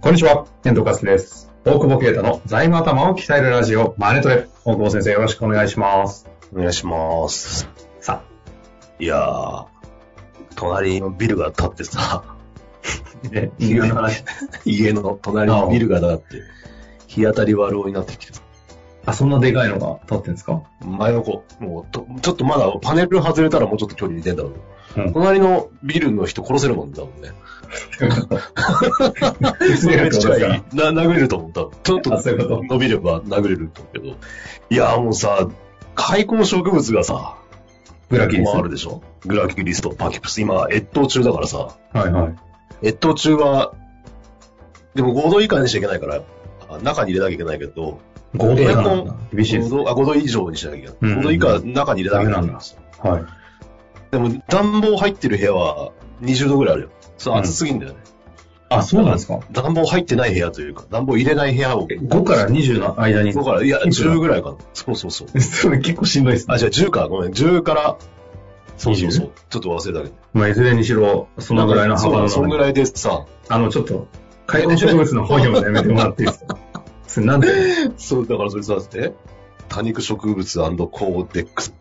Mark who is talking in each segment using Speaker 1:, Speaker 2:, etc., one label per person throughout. Speaker 1: こんにちは、遠藤勝です。大久保啓太の財務頭を鍛えるラジオ、マネトレ。大久保先生、よろしくお願いします。
Speaker 2: お願いします。
Speaker 1: さ
Speaker 2: いやー、隣のビルが建ってさ、
Speaker 1: あ、え、
Speaker 2: 家 の話、家の隣のビルが建って、日当たり悪うになってきてさ、
Speaker 1: あ、そんなでかいのが立ってんですか
Speaker 2: 真横、もうと、ちょっとまだパネル外れたらもうちょっと距離出てんだろうけど、
Speaker 1: うん
Speaker 2: 隣のビルの人殺せるもんだもんね。
Speaker 1: め
Speaker 2: め
Speaker 1: っ
Speaker 2: っ
Speaker 1: ち
Speaker 2: ち
Speaker 1: ゃ
Speaker 2: ゃ
Speaker 1: い
Speaker 2: いい。な、殴れると思った。ちょっと
Speaker 1: あそういうこと
Speaker 2: 伸びれば殴れると思うけど。いやーもうさ、開墾植物がさ、
Speaker 1: ブラキリス。
Speaker 2: もうあ
Speaker 1: は
Speaker 2: るでしょ。グラキリスト、パキプス。今、越冬中だからさ、
Speaker 1: いはい。
Speaker 2: 越冬中は、でも5度以下にしちゃいけないから、あ中に入れなきゃいけないけど、
Speaker 1: 合同
Speaker 2: エア
Speaker 1: な
Speaker 2: コ
Speaker 1: んだ
Speaker 2: ン。
Speaker 1: 厳しいで
Speaker 2: 5
Speaker 1: す。
Speaker 2: 度あ5度以上にしなきゃいけない。
Speaker 1: うんうんうん
Speaker 2: 5度以下中に入れなきゃいけないんですよ。
Speaker 1: はい。
Speaker 2: でも暖房入ってる部屋は20度ぐらいあるよ。そう
Speaker 1: うん
Speaker 2: 暑すぎんだよね、
Speaker 1: あ、そうなんですか
Speaker 2: 暖房入ってない部屋というか、暖房入れない部屋を。
Speaker 1: ?5 から20の間に。
Speaker 2: 5から、いや、
Speaker 1: いくら
Speaker 2: 10ぐらいかな。そうそうそう。
Speaker 1: それ結構しんどいですね。
Speaker 2: あ、じゃあ10か、ごめん。10から、そうそうそ
Speaker 1: 20
Speaker 2: う。ちょっと忘れたけど。
Speaker 1: まあ、いずれにしろ、そのぐらいの幅
Speaker 2: そ
Speaker 1: の
Speaker 2: うそんぐらいでさ、
Speaker 1: あの、ちょっと、海洋植物の本読むのやめてもらっていいですか それなんで
Speaker 2: そう、だからそれさ、え多肉植物コーデックス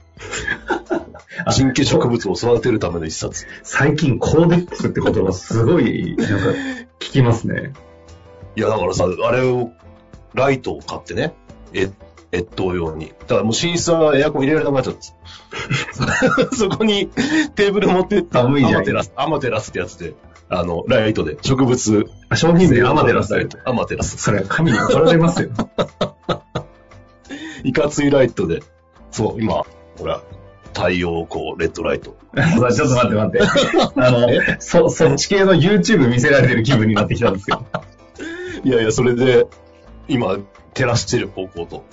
Speaker 1: あ。
Speaker 2: 人気植物を育てるための一冊。
Speaker 1: 最近コーデックスって言葉すごい、なんか、聞きますね。
Speaker 2: いや、だからさ、あれを、ライトを買ってね、え、越冬用に。だからもう寝室はエアコン入れられなくなっちゃったんです。そ こにテーブル持ってって、
Speaker 1: 寒いじゃん
Speaker 2: アマテラス、アマテラスってやつで、あの、ライトで、植物、
Speaker 1: あ 商品名アマテラスだ
Speaker 2: ラ
Speaker 1: よ
Speaker 2: イ。ト。アマテラス。
Speaker 1: それ、神に怒られますよ。
Speaker 2: いかついライトで、そう、今、ほら、太陽光、レッドライト。
Speaker 1: ちょっと待って待って。あ の、そ、そっち系の YouTube 見せられてる気分になってきたんですけど。
Speaker 2: いやいや、それで、今、照らしてる方向と。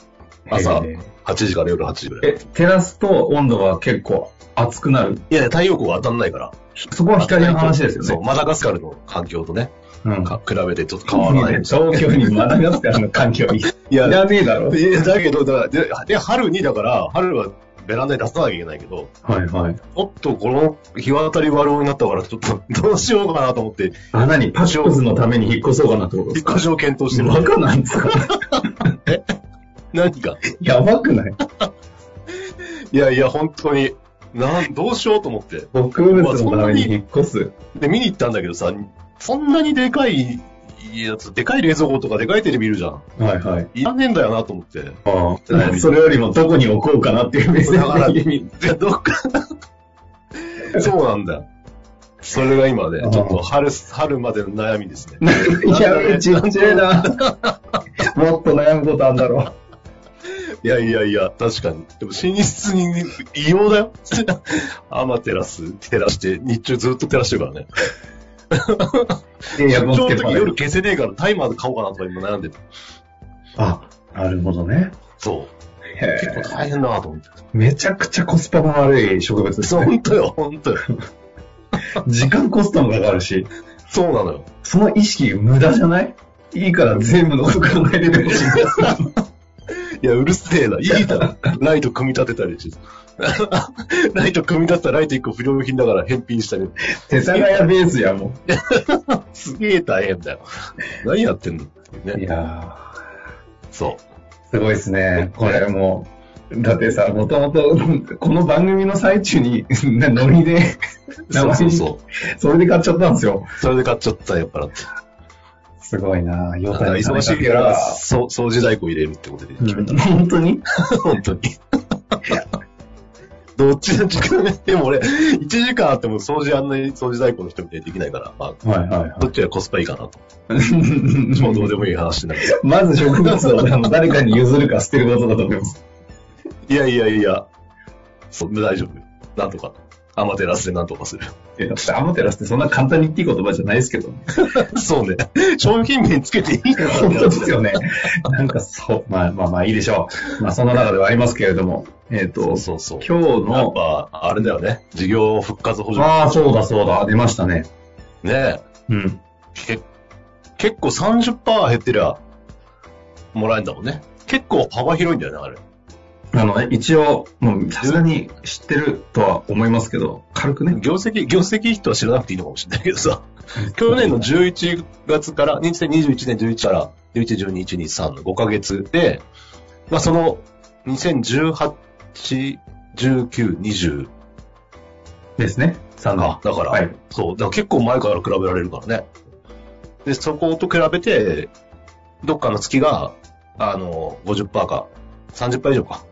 Speaker 2: 朝
Speaker 1: え
Speaker 2: 8時から夜8時ぐ
Speaker 1: ー
Speaker 2: らい。
Speaker 1: え、照らすと温度が結構熱くなる。
Speaker 2: いやいや、太陽光が当たんないから。
Speaker 1: そこは光の話ですよね。
Speaker 2: そう、マダガスカルの環境とね、
Speaker 1: うん。
Speaker 2: か比べてちょっと変わ らない。
Speaker 1: 東京にマダガスカルの環境 い
Speaker 2: いや、
Speaker 1: らねえだろ。
Speaker 2: いやだけど、だでで、春に、だから、春はベランダに出さなきゃいけないけど、
Speaker 1: はいはい。
Speaker 2: おっと、この日当たり悪うになったから、ちょっと どうしようかなと思って、
Speaker 1: あ、なにパシオズのために引っ越そうかなってことで
Speaker 2: 引
Speaker 1: す
Speaker 2: っ
Speaker 1: か
Speaker 2: 越しを検討してる。
Speaker 1: バカなんですか
Speaker 2: 何か。
Speaker 1: やばくない
Speaker 2: いやいや、本当に、なん、どうしようと思って。
Speaker 1: 僕物のために引っ越す。
Speaker 2: で、見に行ったんだけどさ、そんなにでかいやつ、でかい冷蔵庫とかでかいテレビいるじゃん。
Speaker 1: はいはい。
Speaker 2: いらねえんだよなと 思って。
Speaker 1: ああそれよりもどこに置こうかなっていう目線
Speaker 2: だから、
Speaker 1: 的に。
Speaker 2: でど っか。そうなんだよ。それが今ね、
Speaker 1: あー
Speaker 2: ちょっと春、春までの悩みですね。
Speaker 1: いや、うちっちゃい な。もっと悩むことあんだろ
Speaker 2: いやいやいや、確かに。でも寝室に異 様だよ。アマテラス照らして、日中ずっと照らしてるからね。
Speaker 1: う。い
Speaker 2: 出
Speaker 1: や、もう
Speaker 2: 張の時夜消せねえからタイマーで買おうかなとか今悩んでる。
Speaker 1: あ、なるほどね。
Speaker 2: そう。
Speaker 1: へ
Speaker 2: 結構大変だなと思って。
Speaker 1: えめちゃくちゃコスパの悪い植物です
Speaker 2: そう、
Speaker 1: ね。
Speaker 2: 本当よ、本 当よ。
Speaker 1: 時間コストもかかるし、
Speaker 2: そうなのよ。
Speaker 1: その意識無駄じゃないいいから全部のこと考えれてほしい。
Speaker 2: いや、うるせえな。いいだろ。ライト組み立てたりして。 ライト組み立てたライト1個不良品だから返品したり。
Speaker 1: 手探りベースやも
Speaker 2: すげえ大変だよ。何やってんのっていう
Speaker 1: う。い
Speaker 2: ね。
Speaker 1: や
Speaker 2: そ
Speaker 1: ー、すごいですね。これもう。だってさ、もともと、この番組の最中に、 なノリで、
Speaker 2: う。そうそうそ
Speaker 1: それで買っちゃったんですよ
Speaker 2: う。。それで買っちゃった、やっぱり。
Speaker 1: すごいなぁ。
Speaker 2: だから忙しいか、
Speaker 1: からら。
Speaker 2: そう掃除代行入れるってことで決めた。
Speaker 1: 本当に
Speaker 2: 本当に。 どっちの時間でも俺、1時間あっても掃除あんなに掃除代行の人みたいにできないから、ま
Speaker 1: はいはい
Speaker 2: あ、どっちがコスパいいかなと。
Speaker 1: い
Speaker 2: もうどうでもいい話になる。
Speaker 1: まず植物をあの誰かに譲るか捨てることだと思います。
Speaker 2: いやいやいや、そんな大丈夫。なんとか。アマテラスでなんとかする。
Speaker 1: い やだってアマテラスってそんな簡単に言っていい言葉じゃないですけどね。
Speaker 2: そうね。商品名つけていいかな
Speaker 1: 本当ですよね。 なんかそう、まあまあまあいいでしょう。まあそんな中ではありますけれども、えっ、
Speaker 2: そ
Speaker 1: と
Speaker 2: う、そうそう。
Speaker 1: 今日
Speaker 2: やっ
Speaker 1: の、
Speaker 2: ぱ、あれだよね。事業復活補助。
Speaker 1: ああ、そうだそうだ、出ましたね。
Speaker 2: ね
Speaker 1: うん。
Speaker 2: え。け結構30%減ってりゃ、もらえるんだもんね。結構幅広いんだよね、あれ。
Speaker 1: あの、一応、もうさすがに知ってるとは思いますけど、軽くね。
Speaker 2: 業績、業績費とは知らなくていいのかもしれないけどさ。去年の11月から、2021年11から、11、12、1、2、3の5ヶ月で、まあその、2018、19、20
Speaker 1: ですね。3
Speaker 2: か
Speaker 1: の。。
Speaker 2: だから、
Speaker 1: はい
Speaker 2: そう、だから結構前から比べられるからね。で、そこと比べて、どっかの月が、あの、50%か、30%以上か。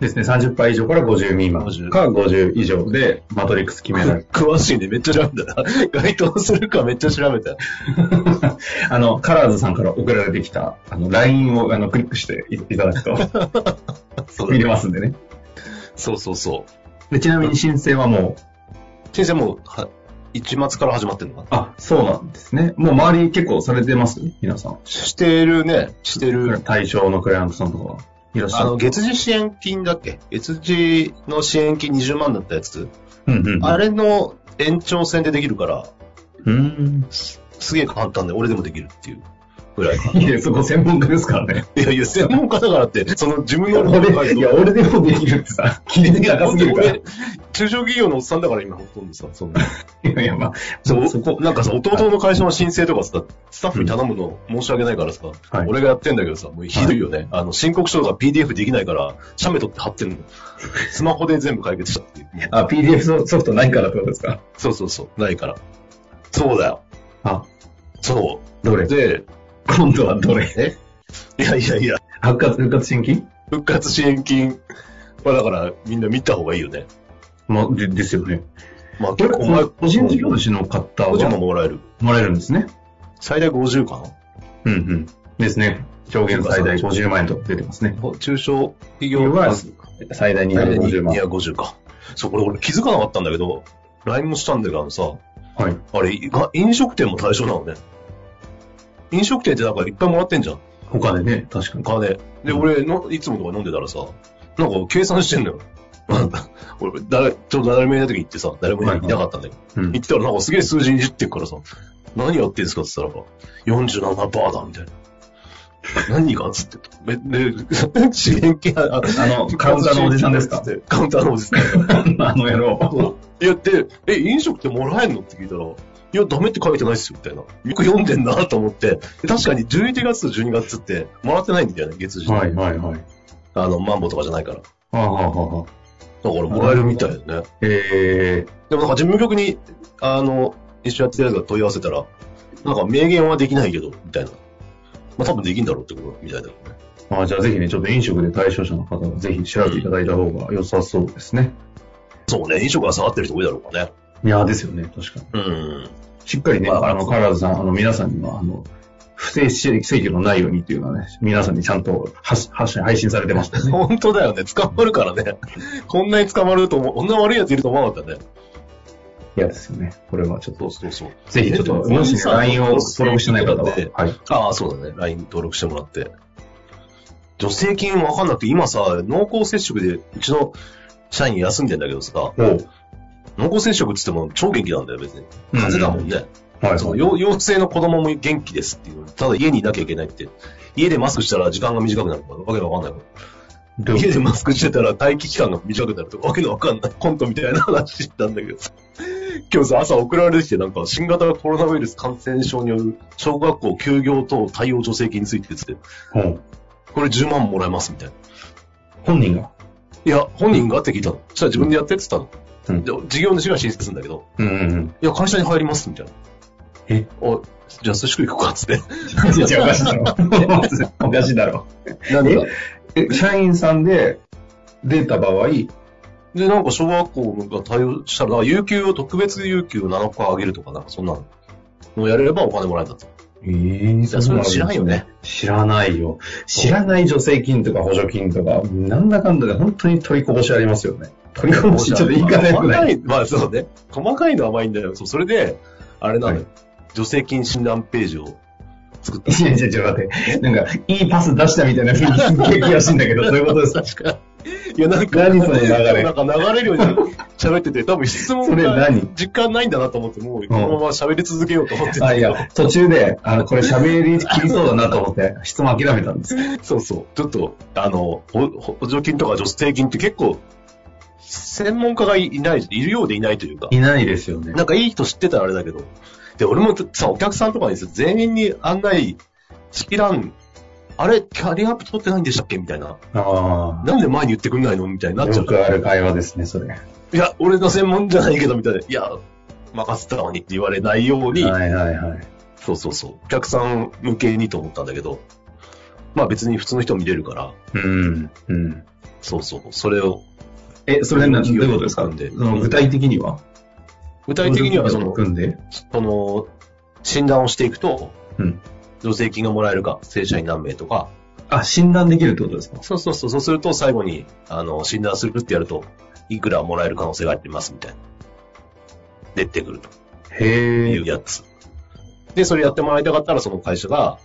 Speaker 1: ですね。30杯以上から50未満か50以上でマトリックス決められる。
Speaker 2: 詳しいね。めっちゃ調べたな。該当するかめっちゃ調べた。
Speaker 1: あの、カラーズさんから送られてきた、あの、LINE をあのクリックしていいただくと
Speaker 2: そ
Speaker 1: 見れ
Speaker 2: う
Speaker 1: ますんでね。
Speaker 2: そうそうそう。
Speaker 1: でちなみに申請はもう、
Speaker 2: 先生もう、は一末から始まってるのかな
Speaker 1: あ、そうなんですね。もう周り結構されてます皆さん。
Speaker 2: してるね。してる。
Speaker 1: 対象のクライアントさんとかはいらっしゃ
Speaker 2: あ
Speaker 1: る
Speaker 2: の、。月次支援金だっけ月次の支援金20万だったやつ、
Speaker 1: うんうん。
Speaker 2: あれの延長線でできるから、
Speaker 1: うん。
Speaker 2: すげえ簡単で、俺でもできるっていうぐ らいかな。
Speaker 1: いや、そこ専門家ですからね。
Speaker 2: いやいや、専門家だからって、その自分よりも 高
Speaker 1: 俺、
Speaker 2: い
Speaker 1: いや、俺でもできるって さ、切り高すぎるから。
Speaker 2: 俺中小企業のおっさんだから今ほとんどさ、そんな。
Speaker 1: いやいや、まあ、
Speaker 2: そう、
Speaker 1: そこ、
Speaker 2: なんかさ、弟の会社の申請とかさ、スタッフに頼むの申し訳ないからさ、
Speaker 1: はい
Speaker 2: 俺がやってんだけどさ、もうひどいよね。あの、申告書が PDF できないから、写メ取って貼って んの。スマホで全部解決したっていう。
Speaker 1: あ、PDF ソソフトないからってことですか
Speaker 2: そうそうそう、ないから。そうだよ。
Speaker 1: あ、
Speaker 2: そ
Speaker 1: ど
Speaker 2: う。
Speaker 1: れ
Speaker 2: で、
Speaker 1: 今度はどれ
Speaker 2: えいやいやいや、
Speaker 1: 発活、復活新規
Speaker 2: 復活支援金はだからみんな見た方がいいよね。
Speaker 1: まあ、でですよね。
Speaker 2: まあ
Speaker 1: これ、
Speaker 2: 結構前、
Speaker 1: 個人事業主の方
Speaker 2: 個人も
Speaker 1: は
Speaker 2: もらえる。
Speaker 1: もらえるんですね。
Speaker 2: 最大50かな
Speaker 1: うんうん。ですね。上限最大50万円と出てますね。
Speaker 2: 中小企
Speaker 1: 要
Speaker 2: 業
Speaker 1: は最大250万。
Speaker 2: 250か。そう、これ俺気づかなかったんだけど、LINE もしたんだけど、あのさ、
Speaker 1: はい。
Speaker 2: あれ、が飲食店も対象なのね。飲食店ってなんかいっぱいもらってんじゃん。
Speaker 1: 他でね、確か
Speaker 2: お
Speaker 1: に。
Speaker 2: 金。で、
Speaker 1: うん
Speaker 2: 俺の、いつもとか飲んでたらさ、なんか計算してんのよ。 俺、誰、ちょっと誰もいない時行ってさ、誰もいな
Speaker 1: はいいはい
Speaker 2: なかったんだけど、
Speaker 1: うん
Speaker 2: 行ったらなんかすげえ数字いじってっからさ、何やってんすかって言ったら47バーだ、みたいな。何がっつって。めで、 支援金、
Speaker 1: あ
Speaker 2: あ
Speaker 1: の、カウンターのおじさんですか
Speaker 2: カウンターのおじさん。
Speaker 1: あの野郎。
Speaker 2: いや、で、え、飲食ってもらえんのって聞いたら、いや、ダメって書いてないっすよ、みたいな。よく読んでんなと思って、確かに11月と12月ってもらってないんだよね、月次。
Speaker 1: はいはいはい。
Speaker 2: あの、マンボとかじゃないから。だか
Speaker 1: ああ、はあ、はあ。
Speaker 2: らもらえるみたいだよね。
Speaker 1: え
Speaker 2: でもなんか事務局に、あの、一緒やってるやつが問い合わせたら、なんか明言はできないけど、みたいな。まあ多分できんだろうってことみたいだよね。
Speaker 1: ー、あじゃあぜひね、ちょっと飲食で対象者の方はぜひ調べていただいた方が良さそうですね。
Speaker 2: そうね、飲食が下がってる人多いだろうからね。
Speaker 1: いやーですよね、確かに。
Speaker 2: うん。
Speaker 1: しっかりね、
Speaker 2: まあ
Speaker 1: あの、カラーズさん、あの、皆さんには、あの、不正請求のないようにっていうのはね、皆さんにちゃんと発発信、配信されてましたね。
Speaker 2: 本当だよね、捕まるからね。こんなに捕まると思う、こんな悪いやついると思わなかったね。
Speaker 1: いやですよね。これはちょっと、
Speaker 2: そうそう。
Speaker 1: ぜひちょっと、もしね LINE を登録してない方は、はい。
Speaker 2: ああ、そうだね。LINE 登録してもらって。助成金わかんなくて、今さ、濃厚接触で、うちの社員休んでんだけどさ、
Speaker 1: おう
Speaker 2: 濃厚接触っつっても超元気なんだよ、別に。風邪だもんね。
Speaker 1: はい。
Speaker 2: その陽陽性の子供も元気ですっていう。ただ家にいなきゃいけないって。家でマスクしたら時間が短くなるとか、わけがわかんない。
Speaker 1: どう
Speaker 2: 家でマスクしてたら待機期間が短くなるとか、わけのわかんないコントみたいな話したんだけどさ。今日さ、朝送られてきて、なんか、新型コロナウイルス感染症による小学校休業等対応助成金についてつって、
Speaker 1: うん
Speaker 2: これ10万もらえますみたいな。
Speaker 1: 本人が。
Speaker 2: いや、本人がって聞いたの。そしたら自分でやってって言った
Speaker 1: う
Speaker 2: の。
Speaker 1: ん。
Speaker 2: で、事業主が申請するんだけど、
Speaker 1: うんうん
Speaker 2: いや、会社に入りますみたいな。
Speaker 1: え
Speaker 2: おじゃあ、寿司食い行こうかっ つって。
Speaker 1: うん。い やおかしいだろ。 おかしいだろ。
Speaker 2: 何
Speaker 1: がえ、社員さんで出た場合、
Speaker 2: で、なんか小学校が対応したら、なんか有給を特別有給を7日あげるとか、なんかそんなの。もうやれればお金もらえたと。
Speaker 1: えー、
Speaker 2: いや、それ知らんよね。
Speaker 1: 知らないよ。知らない助成金とか補助金とか、なんだかんだで本当に取りこぼしありますよね。取りこぼし、ちょっと言い方良く
Speaker 2: 細
Speaker 1: な
Speaker 2: か
Speaker 1: い。
Speaker 2: い、まあそうね。細かいのは甘いんだよ。そう、それで、あれなのよ。
Speaker 1: はい
Speaker 2: 助成金診断ページを作った。
Speaker 1: いやいや、ちょっと待って。なんか、いいパス出したみたいな雰囲気が欲しいんだけど、そういうことですか
Speaker 2: 確か。いや、なんか、
Speaker 1: 何その流れ
Speaker 2: なんか流れるように喋ってて、多分質問
Speaker 1: それ
Speaker 2: が
Speaker 1: 何
Speaker 2: 実感ないんだなと思って、もうこのまま喋り続けようと思ってた
Speaker 1: あ、いや、途中で、あの、これ喋りきりそうだなと思って、質問諦めたんです。
Speaker 2: そうそう。ちょっと、あの、ほほ補助金とか助成金って結構、専門家がいいない、いるようでいないというか、
Speaker 1: いないですよね
Speaker 2: なんかいい人知ってたらあれだけど、で、俺もさ、お客さんとかにさ、全員に案内しきらん、あれ、キャリアアップ取ってないんでしたっけみたいな。
Speaker 1: あ
Speaker 2: なんで前に言ってくんないのみたいにな
Speaker 1: あ。
Speaker 2: っちゃ
Speaker 1: よ
Speaker 2: う。
Speaker 1: くある会話ですね、それ。はい
Speaker 2: や、俺の専門じゃないけど、みたいな。いや、任せたのにって言われないよう
Speaker 1: い
Speaker 2: に、
Speaker 1: はいはい。
Speaker 2: そうそうそう。お客さん向けにと思ったんだけど、まあ別に普通の人見れるから、
Speaker 1: うん。うん。
Speaker 2: そうそう。それを
Speaker 1: え、それな、どう
Speaker 2: 企
Speaker 1: い
Speaker 2: 業
Speaker 1: うことですか
Speaker 2: と組んで
Speaker 1: その具体的には
Speaker 2: 具体的にはその、
Speaker 1: 組んで。
Speaker 2: その、診断をしていくと、
Speaker 1: うん。
Speaker 2: 助成金がもらえるか、正社員何名とか、
Speaker 1: あ、診断できるってことですか
Speaker 2: そうそうそう、そうすると最後に、あの、診断するってやると、いくらもらえる可能性がありますみたいな。出てくると
Speaker 1: へ
Speaker 2: いう。やつ。で、それやってもらいたかったら、その会社が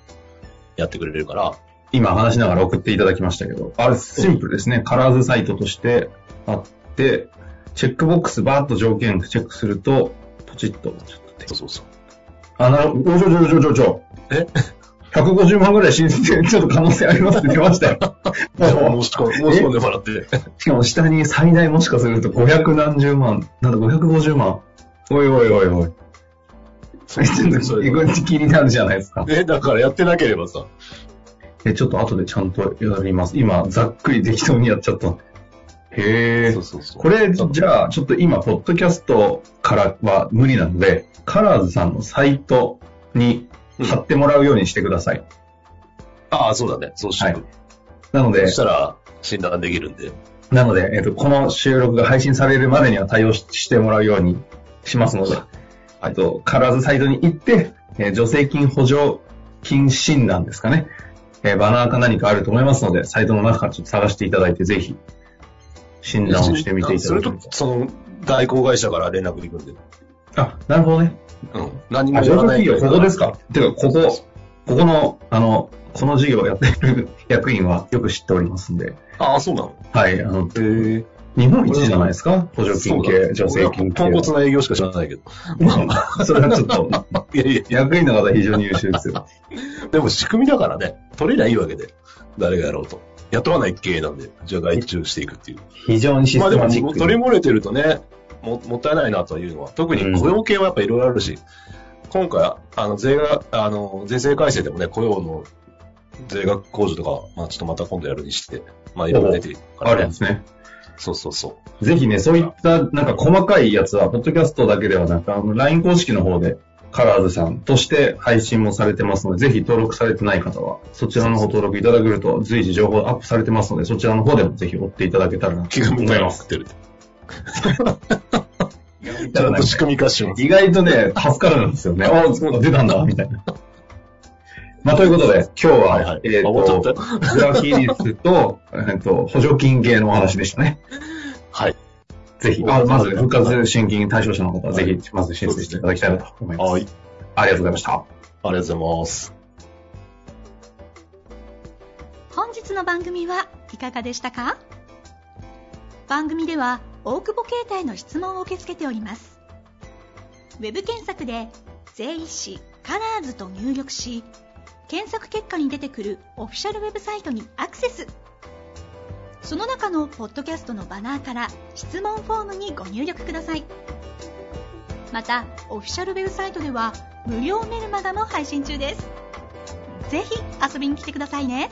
Speaker 2: やってくれるから、
Speaker 1: 今話しながら送っていただきましたけど、あれシンプルですね。カラーズサイトとしてあって、チェックボックスバーッと条件チェックすると、ポチッと。ちょっとテキ
Speaker 2: そうそうそう。
Speaker 1: あ、なるほど。おちょちょちょちょちょ。
Speaker 2: え
Speaker 1: ?150 万ぐらい申請、ちょっと可能性ありますって出ま したよ。
Speaker 2: じゃあ申し込ん申し込んでもらって。
Speaker 1: しかも下に最大もしかすると500何十万、なんだ550万。おいおいおいおい。
Speaker 2: そ
Speaker 1: え、 ちょっと、
Speaker 2: それ
Speaker 1: これ気になるじゃないですか。
Speaker 2: え、だからやってなければさ、
Speaker 1: え、ちょっと後でちゃんとやります。今、ざっくり適当にやっちゃったんで。へえ
Speaker 2: そう。そうそう。
Speaker 1: これ、じゃあ、ちょっと今、ポッドキャストからは無理なので、カラーズさんのサイトに貼ってもらうようにしてください。
Speaker 2: ああ、そうだね。そうしよう
Speaker 1: はいなので
Speaker 2: そし、たら、診断できるんで。
Speaker 1: なので、えっと、この収録が配信されるまでには対応ししてもらうようにしますので、えっと、カラーズサイトに行って、えー助成金補助金診断ですかね。えーバナーか何かあると思いますので、サイトの中からちょっと探していただいて、ぜひ、診断をしてみていた
Speaker 2: そ
Speaker 1: だ
Speaker 2: れ
Speaker 1: きたい
Speaker 2: と、その、代行会社から連絡いくんで。
Speaker 1: あ、なるほどね。
Speaker 2: うん。何
Speaker 1: あ、
Speaker 2: も
Speaker 1: 上場
Speaker 2: な
Speaker 1: 企
Speaker 2: い
Speaker 1: 業、ここですかてか、ここ、ここの、あの、この事業をやってる役員はよく知っておりますんで、
Speaker 2: ああ、そうなの
Speaker 1: はい、あの、
Speaker 2: へえ。
Speaker 1: 日本一じゃないですか補助金系、助成金
Speaker 2: ポンコツ
Speaker 1: 系。
Speaker 2: な営業しか知らないけど。
Speaker 1: それはちょっと、
Speaker 2: いやいや、
Speaker 1: 役員の方非常に優秀ですよ。
Speaker 2: でも仕組みだからね、取れりゃいいわけで。誰がやろうと。雇わない経営なんで、じゃあ外注していくっていう。
Speaker 1: 非常にシ
Speaker 2: まあ
Speaker 1: ス
Speaker 2: で
Speaker 1: テ
Speaker 2: も、
Speaker 1: マチッ
Speaker 2: 取
Speaker 1: クに。
Speaker 2: り漏れてるとね、ももったいないなというのは。特に雇用系はやっぱいろいろあるし、今回、あの、税が、あの、税制改正でもね、雇用の税額控除とか、まあちょっとまた今度やるにして、まあいろいろ出てるか
Speaker 1: あ
Speaker 2: ら
Speaker 1: るん
Speaker 2: ね
Speaker 1: で。すね。
Speaker 2: そうそうそう。
Speaker 1: ぜひね、そういった、なんか細かいやつは、ポッドキャストだけではなく、あの、LINE 公式の方で、カラーズさんとして配信もされてますので、ぜひ登録されてない方は、そちらの方登録いただけると、随時情報アップされてますので、そちらの方でもぜひ追っていただけたらなと
Speaker 2: 気が
Speaker 1: 思
Speaker 2: 向
Speaker 1: い
Speaker 2: いたら
Speaker 1: ま
Speaker 2: 送
Speaker 1: す。
Speaker 2: ってる。ちゃんと仕組み化します。
Speaker 1: 意外とね、助かるんですよね。あ、そう出たんだ、みた いな。まあ、ということで、今日は、
Speaker 2: はいはい。
Speaker 1: えっ、
Speaker 2: あ終わっちゃ
Speaker 1: と
Speaker 2: っ、た
Speaker 1: グラフィリスと、えっと、補助金系のお話でしたね。
Speaker 2: はい。
Speaker 1: ぜひ、あまず、復活新金対象者の方は、ぜひ、まず申請していただきたいなと思います。
Speaker 2: はい。
Speaker 1: ありがとうございました。
Speaker 2: ありがとうございます。
Speaker 3: 本日の番組はいかがでしたか番組では大久保携帯の質問を受け付けておりますウェブ検索で「税理士カラーズと入力し検索結果に出てくるオフィシャルウェブサイトにアクセスその中のポッドキャストのバナーから質問フォームにご入力くださいまたオフィシャルウェブサイトでは無料メルマガも配信中ですぜひ遊びに来てくださいね